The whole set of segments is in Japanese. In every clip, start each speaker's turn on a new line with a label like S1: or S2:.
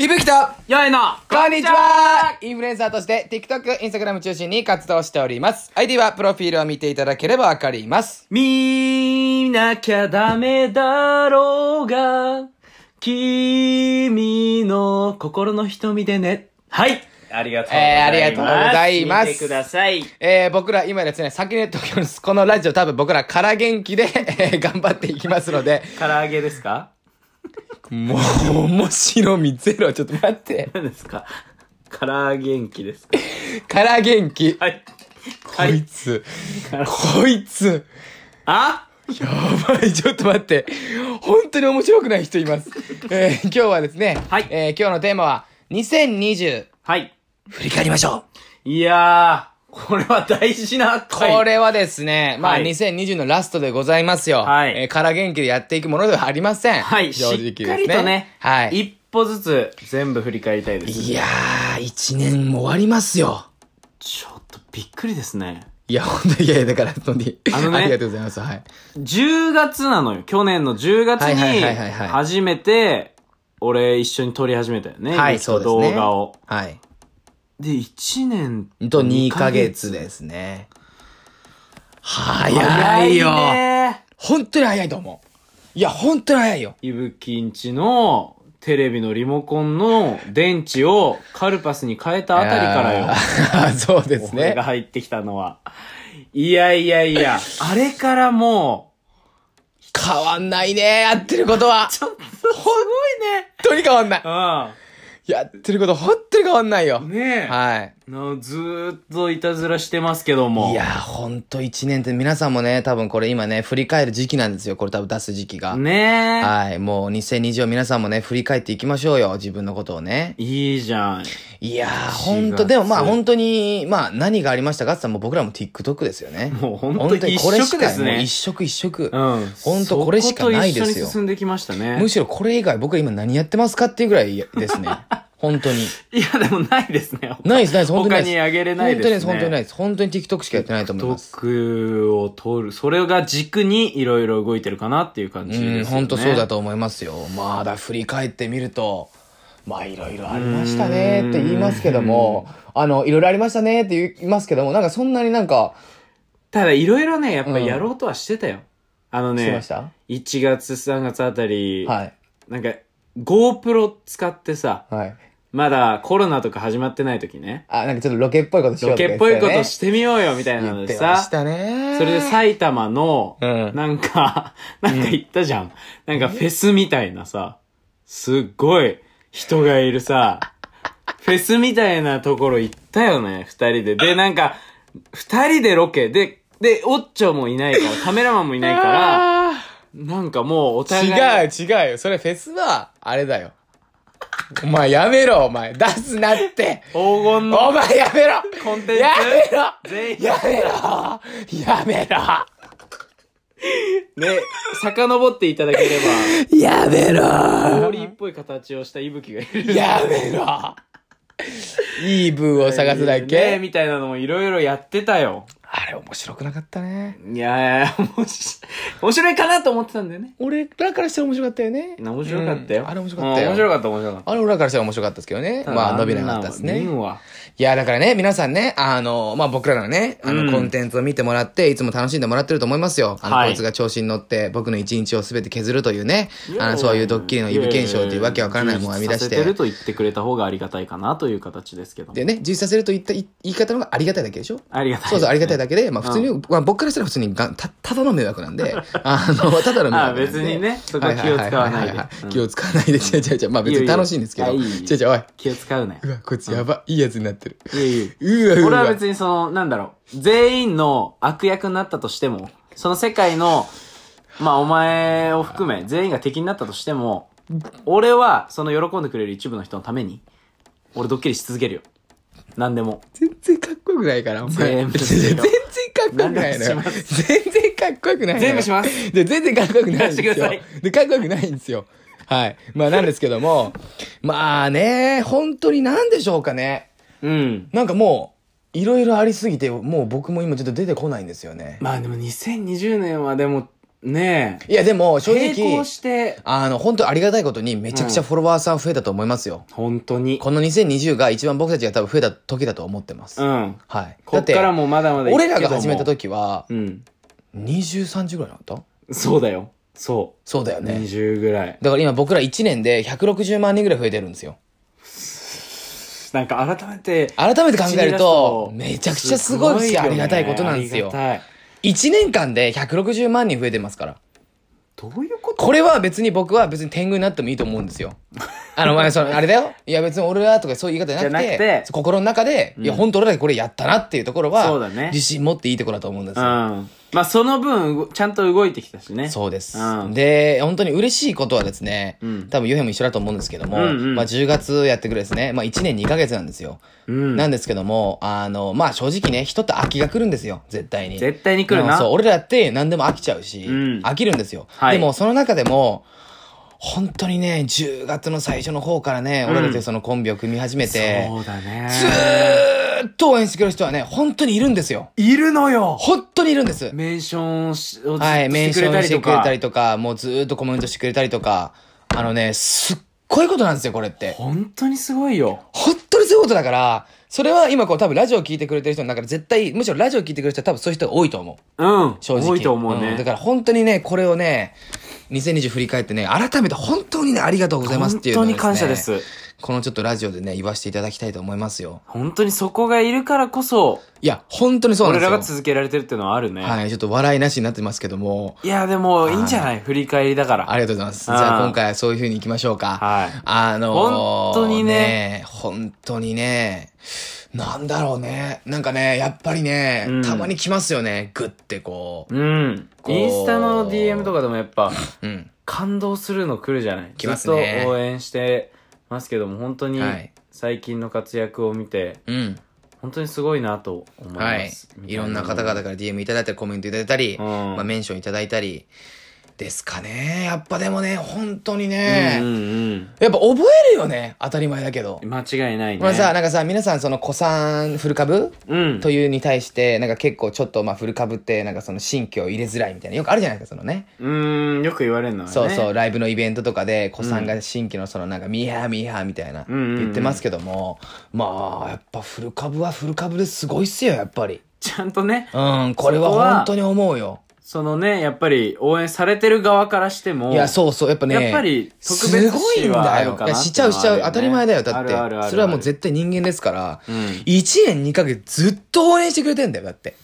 S1: いぶきと
S2: よいの
S1: こんにちはインフルエンサーとして TikTok、Instagram 中心に活動しております。ID はプロフィールを見ていただければわかります。
S2: 見なきゃダメだろうが、君の心の瞳でね。はいありがとうございます。
S1: えーありがとうございます
S2: 見てください。
S1: えー、僕ら今ですね、先に言っときます。このラジオ多分僕らから元気で、えー頑張っていきますので、
S2: 唐揚げですか
S1: もう、面白みゼロ。ちょっと待って。
S2: 何ですかから元気ですか
S1: から元気。
S2: はい。
S1: こいつ、こいつ、
S2: あ
S1: やばい、ちょっと待って。本当に面白くない人います。えー、今日はですね、
S2: はい
S1: えー、今日のテーマは、2020、
S2: はい。
S1: 振り返りましょう。
S2: いやー、これは大事な回。
S1: これはですね、まあ、
S2: はい
S1: 2020のラストでございますよ。
S2: はい
S1: えーから元気でやっていくものではありません。
S2: はい、
S1: 正直
S2: し
S1: ですね。
S2: っかりとね、
S1: はい。
S2: 一歩ずつ全部振り返りたいです。
S1: いやー、一年も終わりますよ。
S2: ちょっとびっくりですね。
S1: いや、ほんと、いやいや、だから、本当に。
S2: あのね
S1: りがとうございます。はい。
S2: 10月なのよ。去年の10月
S1: はい
S2: に
S1: はいはいはいはい、
S2: 初めて、俺一緒に撮り始めたよね。
S1: はい、
S2: ゆき
S1: そう
S2: と
S1: ですね。
S2: 動画を。
S1: はい。
S2: で、1年
S1: と、2ヶ月ですね。早いよ。
S2: 早いね
S1: 本当に早いと思う。いや、本当に早いよ。
S2: いぶきんちのテレビのリモコンの電池をカルパスに変えたあたりからよ。
S1: らよ。 そうです
S2: 俺
S1: ね
S2: が。入ってきたのは。いやいやいや、あれからも
S1: 変わんないね、やってることは。
S2: う、ちょっと、すごい
S1: 本当に変わんない。やってること本当に変わんないよ。
S2: ね。うん。ねえ。
S1: はい。
S2: なずーっといたずらしてますけども。
S1: いやー、ほんと1年って皆さんもね、多分これ今ね、振り返る時期なんですよ。これ多分出す時期が。
S2: ねえ。
S1: はい。もう2020を皆さんもね、振り返っていきましょうよ。自分のことをね。
S2: いいじゃん。
S1: いやー、
S2: 月
S1: ほんと、でもまあ本当に、まあ何がありましたかって言ったらもう僕らも TikTok ですよね。
S2: もう本
S1: 本
S2: 当
S1: 当
S2: に
S1: に
S2: 一
S1: これし
S2: 色
S1: か
S2: です
S1: もう
S2: ね
S1: 一。色一色。
S2: うん。
S1: ほんとこれしかないですよ
S2: そこと一緒に進んできましたね
S1: む。しろこれ以外僕ら今何やってますかっていうぐらいです ね。本当に。
S2: いや、でもないですね。
S1: ないです、ないです、本当にないです。
S2: 他にあげれないですね
S1: 本当にないです、本当にないです。本当に TikTok しかやってないと思います。
S2: 毒を取る。それが軸にいろいろ動いてるかなっていう感じですよね。
S1: うん、本当そうだと思いますよ。まあ、だ振り返ってみると、まあ、いろいろありましたねって言いますけども、あの、いろいろありましたねって言いますけども、なんかそんなになんか、
S2: ただいろいろね、やっぱりやろうとはしてたよ。あの
S1: してま
S2: ね
S1: し、た、
S2: 1月3月あたり、
S1: はい。
S2: なんか GoPro 使ってさ、
S1: はい。
S2: まだコロナとか始まってない時ね、
S1: あ、なんかちょっとロケっぽいことしよ
S2: ロ
S1: うとか
S2: ケ
S1: 言
S2: っぽいこ
S1: たよね
S2: としてみようよみたいな
S1: 言
S2: の
S1: っ
S2: で
S1: てま
S2: さ
S1: し、たね。
S2: それで埼玉の、
S1: うん
S2: なんか、 なんか行ったじゃん。なんかフェスみたいなさ、すっごい人がいるさ、フェスみたいなところ行ったよね、二人で。で、なんか、二人でロケで、で、オッチョもいないから、カメラマンもいないから、
S1: あ
S2: なんかもうお互い。
S1: ー違う、違うよ。それフェスは、あれだよ。お前やめろ、お前。出すなって。
S2: 黄金の
S1: お前やめろ
S2: コンテンツ
S1: やめろ
S2: 全員、
S1: やめろやめろ
S2: ね、遡っていただけれ
S1: やめ
S2: ば、
S1: ろ
S2: 氷っぽい形をした息吹がいる。
S1: やめろイーブーを探すだ
S2: ね
S1: け
S2: みたいなのもいろいろやってたよ。
S1: あれ面白くなかったね。
S2: いやいや、面白い、面白いかなと思ってたんだよね。
S1: 俺らからしたら面白かったよね。
S2: 面白かったよ。
S1: うんあれ面白かったよ。
S2: うん面白かった、面白かっ
S1: あれ俺らからしたら面白かったですけどね。
S2: た。
S1: まあ伸びなかったですね。
S2: 瓶はい
S1: や、だからね、皆さんね、あの、まあ、僕らのね、あ
S2: うん
S1: の、コンテンツを見てもらって、いつも楽しんでもらってると思いますよ。あの、
S2: はい
S1: こいつが調子に乗って、僕の一日を全て削るというね、あの、そういうドッキリのイブ検証というわけわからないものを編み出し
S2: 充実させて
S1: て
S2: る、と言ってくれた方がありがたいかなという形ですけども。
S1: でね、実際すると言ったい言い方の方がありがたいだけでしょ
S2: ありがたい。
S1: そうそう、ありがたい
S2: だ
S1: だけで、まあ普通に、まあ僕からしたら普通にがた、ただの迷惑なん で、あの、ただの迷惑なんで。
S2: あ別にねそこは気を使わないで
S1: はははは
S2: うん
S1: 気を使わないで、違う違う違う、まあ別に楽しいんですけど、
S2: い
S1: 違
S2: いうよいいよ
S1: 違う、おい、
S2: 気を使うね
S1: う。わ、こいつやば、いいやつになってる。
S2: いやいや。
S1: うわ、うわ。
S2: 俺は別にその、なんだろう、全員の悪役になったとしても、その世界の、まあお前を含め、全員が敵になったとしても、俺はその喜んでくれる一部の人のために、俺ドッキリし続けるよ。何でも。
S1: 全然かっこよくないから、お前。
S2: 全部ですよ
S1: 全然かっこよくないのよ
S2: 何でもし。
S1: 全然かっこよくないのよ。
S2: 全部します
S1: で、全然かっこよくないん
S2: やら
S1: で
S2: せて
S1: す
S2: くだ
S1: よ
S2: さい。
S1: で、かっこよくないんですよ。はい。まあなんですけども、まあね、本当になんでしょうかね。
S2: うん。
S1: なんかもう、いろいろありすぎて、もう僕も今ちょっと出てこないんですよね。
S2: まあでも2020年はでも、ねえ。
S1: いや、でも、正
S2: 並行
S1: 直、
S2: して、
S1: あの、本当ありがたいことに、めちゃくちゃフォロワーさん増えたと思いますよ。
S2: 本当に。
S1: この2020が一番僕たちが多分増えた時だと思ってます。
S2: うん。
S1: はい。
S2: こっからもまだまだ行く
S1: 俺
S2: けども
S1: らが始めた時は、
S2: うん。
S1: 20、30ぐらいなかった
S2: そうだよ。そ
S1: そうだよ
S2: う。
S1: ね。
S2: 20ぐらい。
S1: だから今僕ら1年で160万人ぐらい増えてるんですよ。
S2: なんか改めて、
S1: 改めて考えると
S2: 口、に出
S1: めちゃくちゃすごいし、あ
S2: よね
S1: りがたいことなんです
S2: あ
S1: よ
S2: り。がたい
S1: 1年間で160万人増えてますから。
S2: どういうこと
S1: これは別に僕は別に天狗になってもいいと思うん ですよ。あの、お前、その、あれだよ。いや別に俺らとかそういう言い方じゃなくて、
S2: じゃなくて
S1: 心の中で、いや本当俺らでこれやったなっていうところは、
S2: そうだね
S1: 自信持っていいところだと思うんです
S2: うん。
S1: よ。
S2: まあその分、うごちゃんと動いてきたしね。
S1: そうです、
S2: うん
S1: で、本当に嬉しいことはですね、
S2: うん
S1: 多分、ヨヘも一緒だと思うんですけども、
S2: うんうん
S1: まあ、10月やってくるですね、まあ、1年2ヶ月なんですよ。
S2: うん。
S1: なんですけども、あの、まあ、正直ね、人って飽きが来るんですよ、絶対に。
S2: 絶対に来る
S1: うん
S2: な。
S1: そう、俺らって何でも飽きちゃうし、
S2: うん
S1: 飽きるんですよ。
S2: はい
S1: でも、その中でも、本当にね、10月の最初の方からね、
S2: ん
S1: 俺らというそのコンビを組み始めて、
S2: そうだね。
S1: ずーっと応援してくれる人はね、本当にいるんですよ。
S2: いるのよ
S1: 本当にいるんです。
S2: メンションをしをずっと
S1: はい、メ
S2: し
S1: ン
S2: て
S1: シ
S2: くれ
S1: ョ
S2: た
S1: ン
S2: り
S1: して
S2: と
S1: くれ
S2: か
S1: た。りとか、もうずーっとコメントしてくれたりとか、あのね、すっごいことなんですよ、これって。
S2: 本当にすごいよ。
S1: 本当にそういうことだから、それは今こう多分ラジオ聞いてくれてる人の中で絶対、むしろラジオ聞いてくれる人は多分そういう人が多いと思う。
S2: うん。
S1: 正直。
S2: 多いと思うね。
S1: んだから本当にね、これをね、2020振り返ってね、改めて本当にね、ありがとうございますっていうのを
S2: 本当に感謝で
S1: ね
S2: す。
S1: このちょっとラジオでね、言わせていただきたいと思いますよ。
S2: 本当にそこがいるからこそ、
S1: いや、本当にそうなん
S2: 俺
S1: ですよ。
S2: らが続けられてるっていうのはあるね。
S1: はい、ちょっと笑いなしになってますけども、
S2: いや、でも、いいんじゃない振り返りだから。
S1: ありがとうございます。じ
S2: うん
S1: ゃあ今回はそういう風に行きましょうか。
S2: はい
S1: あのー、
S2: 本当にね
S1: 本当にね、なんだろうね。なんかね、やっぱりね、
S2: うん
S1: たまに来ますよね。グッてこ
S2: うん。
S1: こう
S2: インスタの DM とかでもやっぱ、
S1: う。うん。
S2: 感動するの来るじゃない
S1: 来ますね
S2: ずっと応援してますけども、本当に
S1: はい、
S2: 最近の活躍を見て、
S1: うん。
S2: 本当にすごいなと思い
S1: は
S2: ま
S1: い
S2: す。。
S1: いろんな方々から DM いただいたり、コメントいただいたり、
S2: うん
S1: まあ、メンションいただいたり、ですかね。やっぱでもね、本当に
S2: ね
S1: ね、
S2: うんうん
S1: やっぱ覚えるよね。当たり前だけど
S2: う。ん。間違いないね。
S1: まあさ、なんかさ、皆さんその子さん、フル株
S2: うん。
S1: というに対して、なんか結構ちょっと、まあ、フル株って、なんかその新居を入れづらいみたいな、よくあるじゃないですか、そのね。
S2: うーん、よく言われるのはね。
S1: そうそう、ライブのイベントとかで、子さんが新規のそのなんか、ミーハーミーハーみたいな、
S2: うんうんうん
S1: 言ってますけども、まあ、やっぱフル株はフル株ですごいっすよ、やっぱり。
S2: ちゃんとね、
S1: うん、これは
S2: そこは
S1: 本当に思うよ。
S2: そのね、やっぱり応援されてる側からしても、
S1: いや、そうそう、やっぱね。
S2: やっぱり特別視はある
S1: すごいんだ
S2: か
S1: よ。い
S2: な
S1: や、しちゃうしちゃう。当たり前だよ。だって。
S2: あるあるある
S1: それはもう絶対人間ですから。
S2: うん
S1: 一1年2ヶ月ずっと応援してくれてんだよ。だって。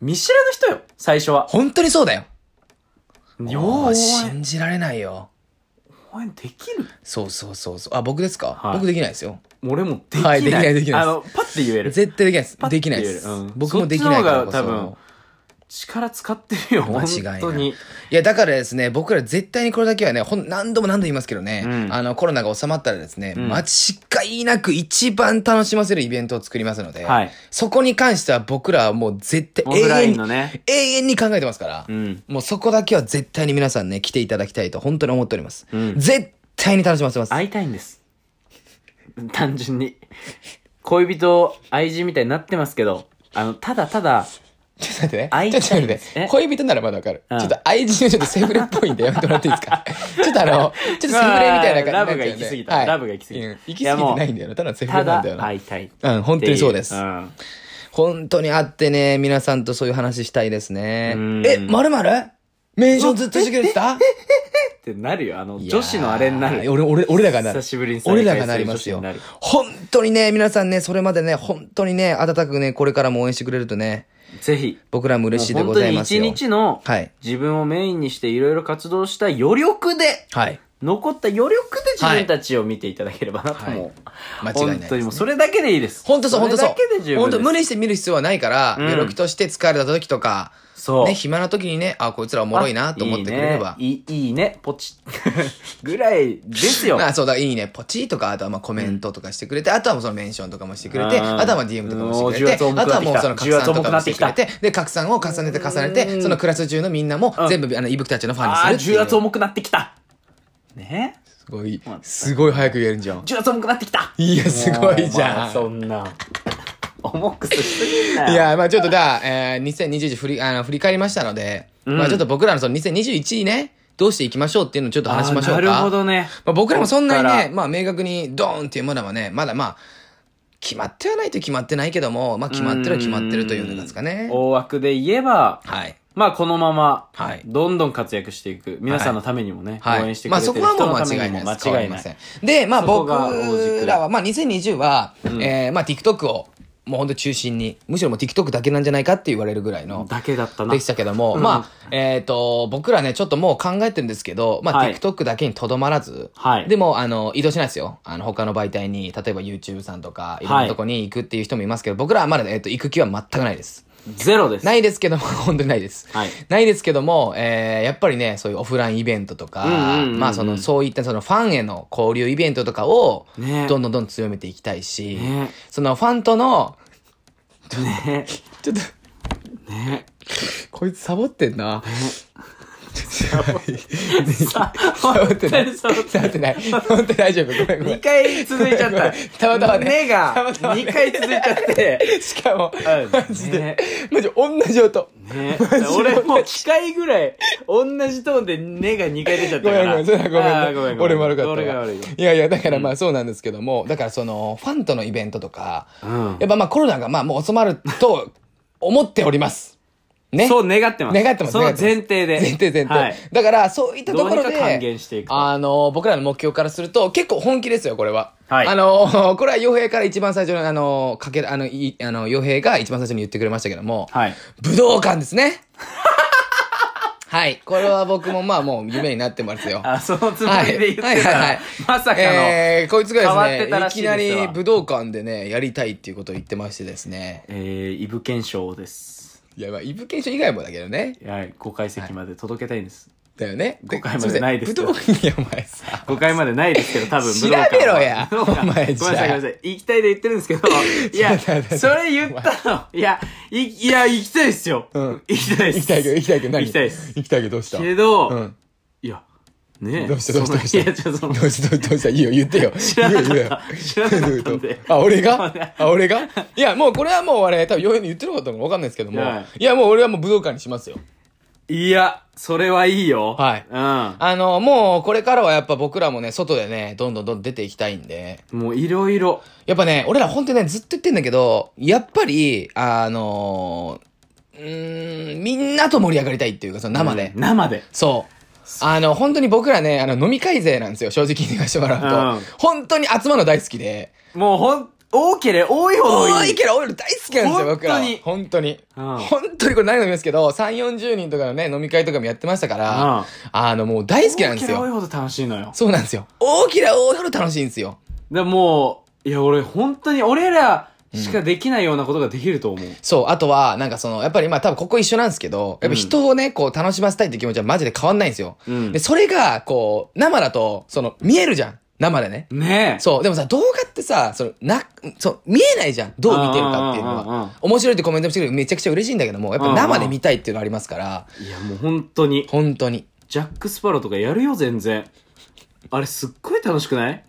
S2: 見知らぬ人よ、最初は。
S1: 本当にそうだよ。
S2: よ
S1: もう
S2: う応援、
S1: 信じられないよ。
S2: 応援できる
S1: そうそうそうそう。あ、僕ですか、
S2: はい
S1: 僕できないですよ。
S2: 俺もでき
S1: は
S2: ない。
S1: いできないできない
S2: あの、パッて言える。
S1: 絶対できないです
S2: パ。ッて
S1: できないです。
S2: 言えるうん
S1: 僕もできないからこそ。
S2: そっちの方が多分力使ってるよ、
S1: 間違いない
S2: 本当に。
S1: いや、だからですね、僕ら絶対にこれだけはね、ほん、何度も何度も言いますけどね、
S2: うん
S1: あの、コロナが収まったらですね、
S2: ん
S1: 間違いなく一番楽しませるイベントを作りますので、
S2: はい
S1: そこに関しては僕らはもう絶対
S2: オ
S1: 永
S2: フライ
S1: 遠
S2: ン
S1: に、
S2: のね。
S1: 永遠に考えてますから、
S2: うん。
S1: もうそこだけは絶対に皆さんね、来ていただきたいと本当に思っております。
S2: うん
S1: 絶対に楽しませます。
S2: 会いたいんです。単純に。恋人、愛人みたいになってますけど、あの、ただただ、
S1: ちょっと待ってね。
S2: 会い
S1: ち
S2: た
S1: ょ
S2: い
S1: っと待ってね
S2: え
S1: 恋人ならまだわかる。ち
S2: う
S1: ょ
S2: ん
S1: っと愛人のちょっとセフレっぽいんでやめてもらってい いですかちょっとあの、ちょっとセフレみたいな感じ
S2: まあラブが行き過ぎたラブが行き過ぎた
S1: うん行き過ぎてないんだよな。ただセフレ
S2: た
S1: な
S2: だ
S1: んだよな。
S2: 会いたいってい。
S1: うん本当にそうです
S2: ん
S1: 本当に会ってね、皆さんとそういう話したいですね
S2: うん。
S1: え、まるまるメンションずっとしてくれてた
S2: ってなるよ。あの、女子のあれにない
S1: やー
S2: る。
S1: 俺、俺、俺らがなる。
S2: 久しぶりに再
S1: 俺ら
S2: 会
S1: がなります
S2: す
S1: よ
S2: る女子になる。
S1: 本当にね、皆さんね、それまでね、本当にね、温かくね、これからも応援してくれるとね、
S2: ぜひ。
S1: 僕らも嬉しいでございますよ。
S2: もう本当に一日の
S1: はい
S2: 自分をメインにしていろいろ活動した余力で、
S1: はい。
S2: 残った余力で自分たちを見ていただければなと
S1: はい
S2: もう、
S1: 間違いないですね
S2: 本当にもうそれだけでいいです。
S1: 本当そう、本当そう。
S2: れだけで十分
S1: 本
S2: で
S1: 当
S2: す。
S1: 無理して見る必要はないから、
S2: うん
S1: 余力として疲れた時とか、
S2: そう。
S1: ね、暇な時にね、あ、こいつらおもろいなと思ってくれれば
S2: あ。いいね、いいいいねポチッ。 ぐらいですよ。
S1: まあそうだ、いいね、ポチとか、あとはまあコメントとかしてくれて、あとはもうそのメンションとかもしてくれて、
S2: うん
S1: あとはまあ DM とかもしてくれて、
S2: うん
S1: あとはもうその拡
S2: 重
S1: 散
S2: 圧
S1: と
S2: 重
S1: か
S2: く
S1: も
S2: なっ
S1: してて
S2: き
S1: く
S2: た
S1: れて、で、拡散を重ねて重ね
S2: う
S1: て、
S2: ん
S1: そのクラス中のみんなも
S2: うん
S1: 全部、あの、イブクたちのファンに
S2: ああ
S1: す
S2: ー、
S1: るっ
S2: 重
S1: ていう。
S2: 圧重くなってきた。ね
S1: すごい、すごい早く言えるじゃん。
S2: 重圧重くなってきた。
S1: いや、すごいじ
S2: もうま
S1: ゃ
S2: あ
S1: ん。
S2: そんな。重くすすぎんなよ。
S1: いや、まあちょっとじゃあ、えー、2021振り、あの、振り返りましたので、
S2: うん
S1: まあちょっと僕らのその2021ね、どうしていきましょうっていうのをちょっと話しましょうか。
S2: あーなるほどね。
S1: まあ、僕らもそんなに
S2: こっから
S1: ね、まあ明確にドーンっていうものはね、まだまあ、決まってはないと決まってないけども、まあ決まってるは決まってるというんですかね。
S2: 大枠で言えば、
S1: はい。
S2: まあこのまま
S1: はい、
S2: どんどん活躍していく。皆さんのためにもね、
S1: はい。
S2: 応援してく
S1: まあ
S2: れて
S1: そ
S2: る
S1: こ
S2: 人
S1: はもう
S2: のた
S1: 間
S2: め
S1: 違い
S2: に
S1: な
S2: も
S1: い
S2: 間
S1: です。
S2: 違い
S1: 変わり
S2: な
S1: ませ
S2: い
S1: ん。。で、まあ
S2: そこ
S1: 僕
S2: が大軸
S1: らは、まあ2020は、えーまあ TikTok を、もうほんと中心に、むしろもう TikTok だけなんじゃないかって言われるぐらいの、
S2: だけだったな
S1: でき。たけども、
S2: うん
S1: まあ、えっ、と、僕らね、ちょっともう考えてるんですけど、まあ、
S2: はい
S1: TikTok だけにとどまらず、
S2: はい
S1: でも、あの、移動しないですよ。あの、他の媒体に、例えば YouTube さんとか、いろんなとこに行くっていう人もいますけど、僕らはまだ、えっ、と、行く気は全くないです。
S2: ゼロです。
S1: ないですけども、 本当にないです。
S2: はい
S1: ないですけども、えーやっぱりね、そういうオフラインイベントとか、
S2: うんうんうんうん
S1: まあ、その、そういったそのファンへの交流イベントとかを、
S2: ね
S1: どんどんどん強めていきたいし、
S2: ね
S1: そのファンとの、
S2: ね
S1: ちょっと、
S2: ね
S1: こいつサボってんな。
S2: さ、
S1: サボってない。
S2: サボってな
S1: サ
S2: い
S1: ボってない。サボって大丈夫。ごめんごめ
S2: 2
S1: ん。
S2: 回続いちゃった。
S1: たまたまね
S2: 目が
S1: たまたまね
S2: 2回続いちゃって。
S1: しかも、
S2: うん
S1: マジで
S2: ね、
S1: マジ同じ音。
S2: ね、俺もう機回ぐらい、同じトーンで根が2回出ちゃっ
S1: ご
S2: たか
S1: めんごめん、
S2: ら。
S1: それはごめん,、
S2: あー
S1: ね、
S2: ごめんごめ
S1: 俺
S2: ん。
S1: も悪かったわ。
S2: 俺が悪いわ。
S1: いやいや、だからまあそうなんですけども、だからその、ファンとのイベントとか、
S2: うん
S1: やっぱまあコロナがまあもう収まると思っております。ね。
S2: そう願ってます。
S1: 願ってます
S2: その前提で。
S1: 前提前提。
S2: はい。
S1: だから、そういったところ
S2: どう
S1: で、
S2: にか還元していくと
S1: あの、僕らの目標からすると、結構本気ですよ、これは。
S2: はい
S1: あの、 これは洋平から一番最初の、あの、かけ、あの、いあの、洋平が一番最初に言ってくれましたけども、
S2: はい。
S1: 武道館ですね。 はい。これは僕もまあもう夢になってますよ。
S2: あ、そのつもりで言ってたら、まさかの、
S1: えーこいつがです
S2: 変わ
S1: ね
S2: ってたら
S1: い
S2: し
S1: き
S2: い
S1: な
S2: ですわ
S1: り武道館でね、やりたいっていうことを言ってましてですね。
S2: えー、イブ検証です。
S1: いや、まあ、イブ検証以外もだけどね。
S2: いや、5階席まで届けたいんです。
S1: だよね。
S2: 誤解までないです
S1: すい
S2: よ
S1: ません武道館にお前さ。
S2: 5階までないですけど、多分、
S1: 調
S2: 武道館は
S1: べろや
S2: 武道館
S1: お前
S2: ごめんなさい、
S1: じゃ
S2: ご
S1: あ
S2: めんなさい。行きたいで言ってるんですけ ど、い
S1: ちょ
S2: や、
S1: っと待って
S2: それ言ったの。いや、い、いや、行きたいですよ。
S1: うん
S2: 行きたいです。
S1: 行きたいけ ど、行きたいけど、何
S2: 行きたいです。
S1: 行きたいけど、どうした
S2: けど、
S1: うん。
S2: いや、ねえ
S1: どうしたどうしたどうした
S2: いや、ちょっとその
S1: ど、うしたどうしたどうしたいいよ、言ってよ。
S2: 知らなか
S1: 言えよ
S2: った。知らなか ったんで。
S1: あ、俺が
S2: そうね
S1: あ、俺がいや、もうこれはもうあれ、多分、ように言ってることかわかんないですけども。
S2: はい
S1: いや、もう俺はもう武道館にしますよ。
S2: いや、それはいいよ。
S1: はいあの、もうこれからはやっぱ僕らもね、外でね、どんどんどんどん出ていきたいんで。
S2: うん。もういろいろ。
S1: やっぱね、俺ら本当にね、ずっと言ってんだけど、やっぱり、あのうーん、みんなと盛り上がりたいっていうか、その生で。
S2: うん生で。
S1: そう。あの、本当に僕らね、あの、飲み会勢なんですよ、正直に言わせてもらうと。
S2: うん
S1: 本当に集まるの大好きで。
S2: もうほん、多ければ多いほどいい。
S1: 多いけど、俺ら大好きなんですよ、
S2: 本
S1: 僕らは
S2: 当に。
S1: 本当に。
S2: うん
S1: 本当にこれ何度も言いますけど、3、40人とかのね、飲み会とかもやってましたから、
S2: うん
S1: あの、もう大好きなんです
S2: 多ければ多い
S1: よ。
S2: ほど楽しいのよ。
S1: そうなんですよ。大きな大きな楽しいんですよ。
S2: でもう、いや、俺、本当に、俺らしかできないようなことができると思う。
S1: そう、あとは、なんかその、やっぱりまあ多分ここ一緒なんですけど、やっぱ人をね、こう楽しませたいって気持ちはマジで変わんないんですよ。
S2: うん
S1: で、それが、こう、生だと、その、見えるじゃん。生でね。
S2: ねえ。
S1: そう、でもさ、動画ってさ、その、な、そう、見えないじゃん。どう見てるかっていう
S2: うんうんうん
S1: の
S2: うん
S1: は。面白いってコメントもしてくれるめちゃくちゃ嬉しいんだけども、やっぱ生で見たいっていうのありますから、
S2: いや、もう本当に。
S1: 本当に。
S2: ジャック・スパローとかやるよ、全然。あれ、すっごい楽しくない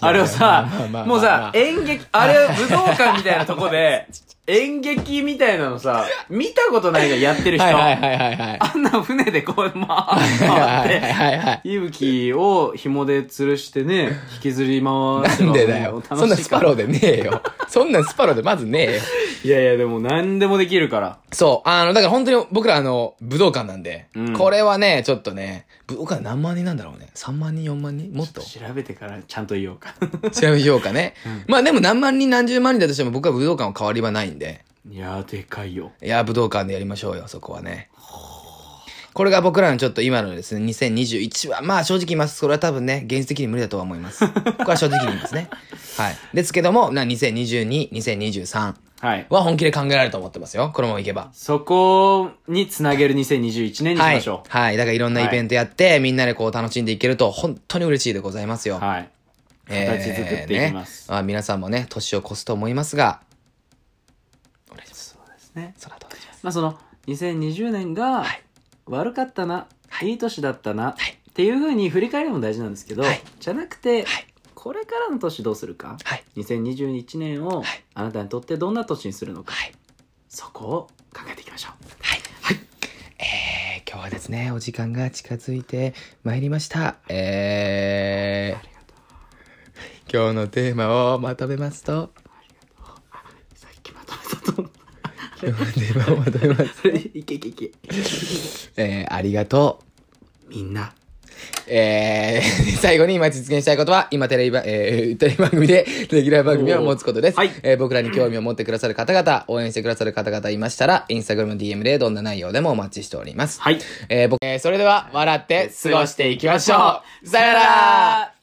S2: あれをさ
S1: まあまあまあまあ、
S2: もうさ、演劇、あれ、武道館みたいなとこで、演劇みたいなのさ、見たことないがやってる人。
S1: はいはいはいはいはい。
S2: あんな船でこう、まあ、
S1: は
S2: 回
S1: い
S2: って。
S1: はいはい。
S2: 息吹を紐で吊るしてね、引きずり回して
S1: なんでだよ。そんなスパロー
S2: ー
S1: でねえ よ。そんなスパローでまずねえよ。
S2: いやいや、でも何でもできるから。
S1: そう。あの、だから本当に僕らあの、武道館なんで、
S2: うん
S1: これはね、ちょっとね、武道館何万人なんだろうね。3万人、4万人もっ と
S2: 調べてからちゃんと言おうか。
S1: 調べようかね。まあでも何万人、何十万人だとしても僕は武道館は変わりはないんで、
S2: いやー、でかいよ。
S1: いや、武道館でやりましょうよ、そこはね。これが僕らのちょっと今のですね、2021は、まあ正直言います。これは多分ね、現実的に無理だとは思います。これは正直に言います ね。はい。ですけども、な2022、2023
S2: はい。
S1: は本気で考えられると思ってますよ。このままいけば。
S2: そこにつなげる2021年にし
S1: はい。
S2: ましょ
S1: はい。だからいろんなイベントやって、みんなでこう楽しんでいけると、本当に嬉しいでございますよ。
S2: う。はい。形作っていきます
S1: えーねあ皆さんもね、年を越すと思いますが、
S2: そうですね。
S1: その後お願いします。
S2: まあその、2020年が
S1: はい、
S2: 悪かったな、い、い年だったな、っていうふうに振り返るのも大事なんですけど、
S1: はい
S2: じゃなくて、
S1: はい
S2: これからの年どうするか、
S1: はい。
S2: 2021年を
S1: はい
S2: あなたにとってどんな年にするのか、
S1: はい。
S2: そこを考えていきましょう。
S1: はい。はい。えですね。お時間が近づいてまいりました。えー、今日のテーマをまとめますと、
S2: さっきまとめたと 思っ
S1: 今日のテーマをまとめます。
S2: た。いけいけいけ。
S1: えー、ありがとう。
S2: みんな。
S1: えー、 最後に今実現したいことは、今テレビば、えー、テレビ番組でレギュラー番組を持つことです。
S2: おーはい
S1: えー僕らに興味を持ってくださる方々、応援してくださる方々いましたら、インスタグラム DM でどんな内容でもお待ちしております。
S2: はい。
S1: えー僕えーそれでは、笑って過ごしていきましょう。さよなら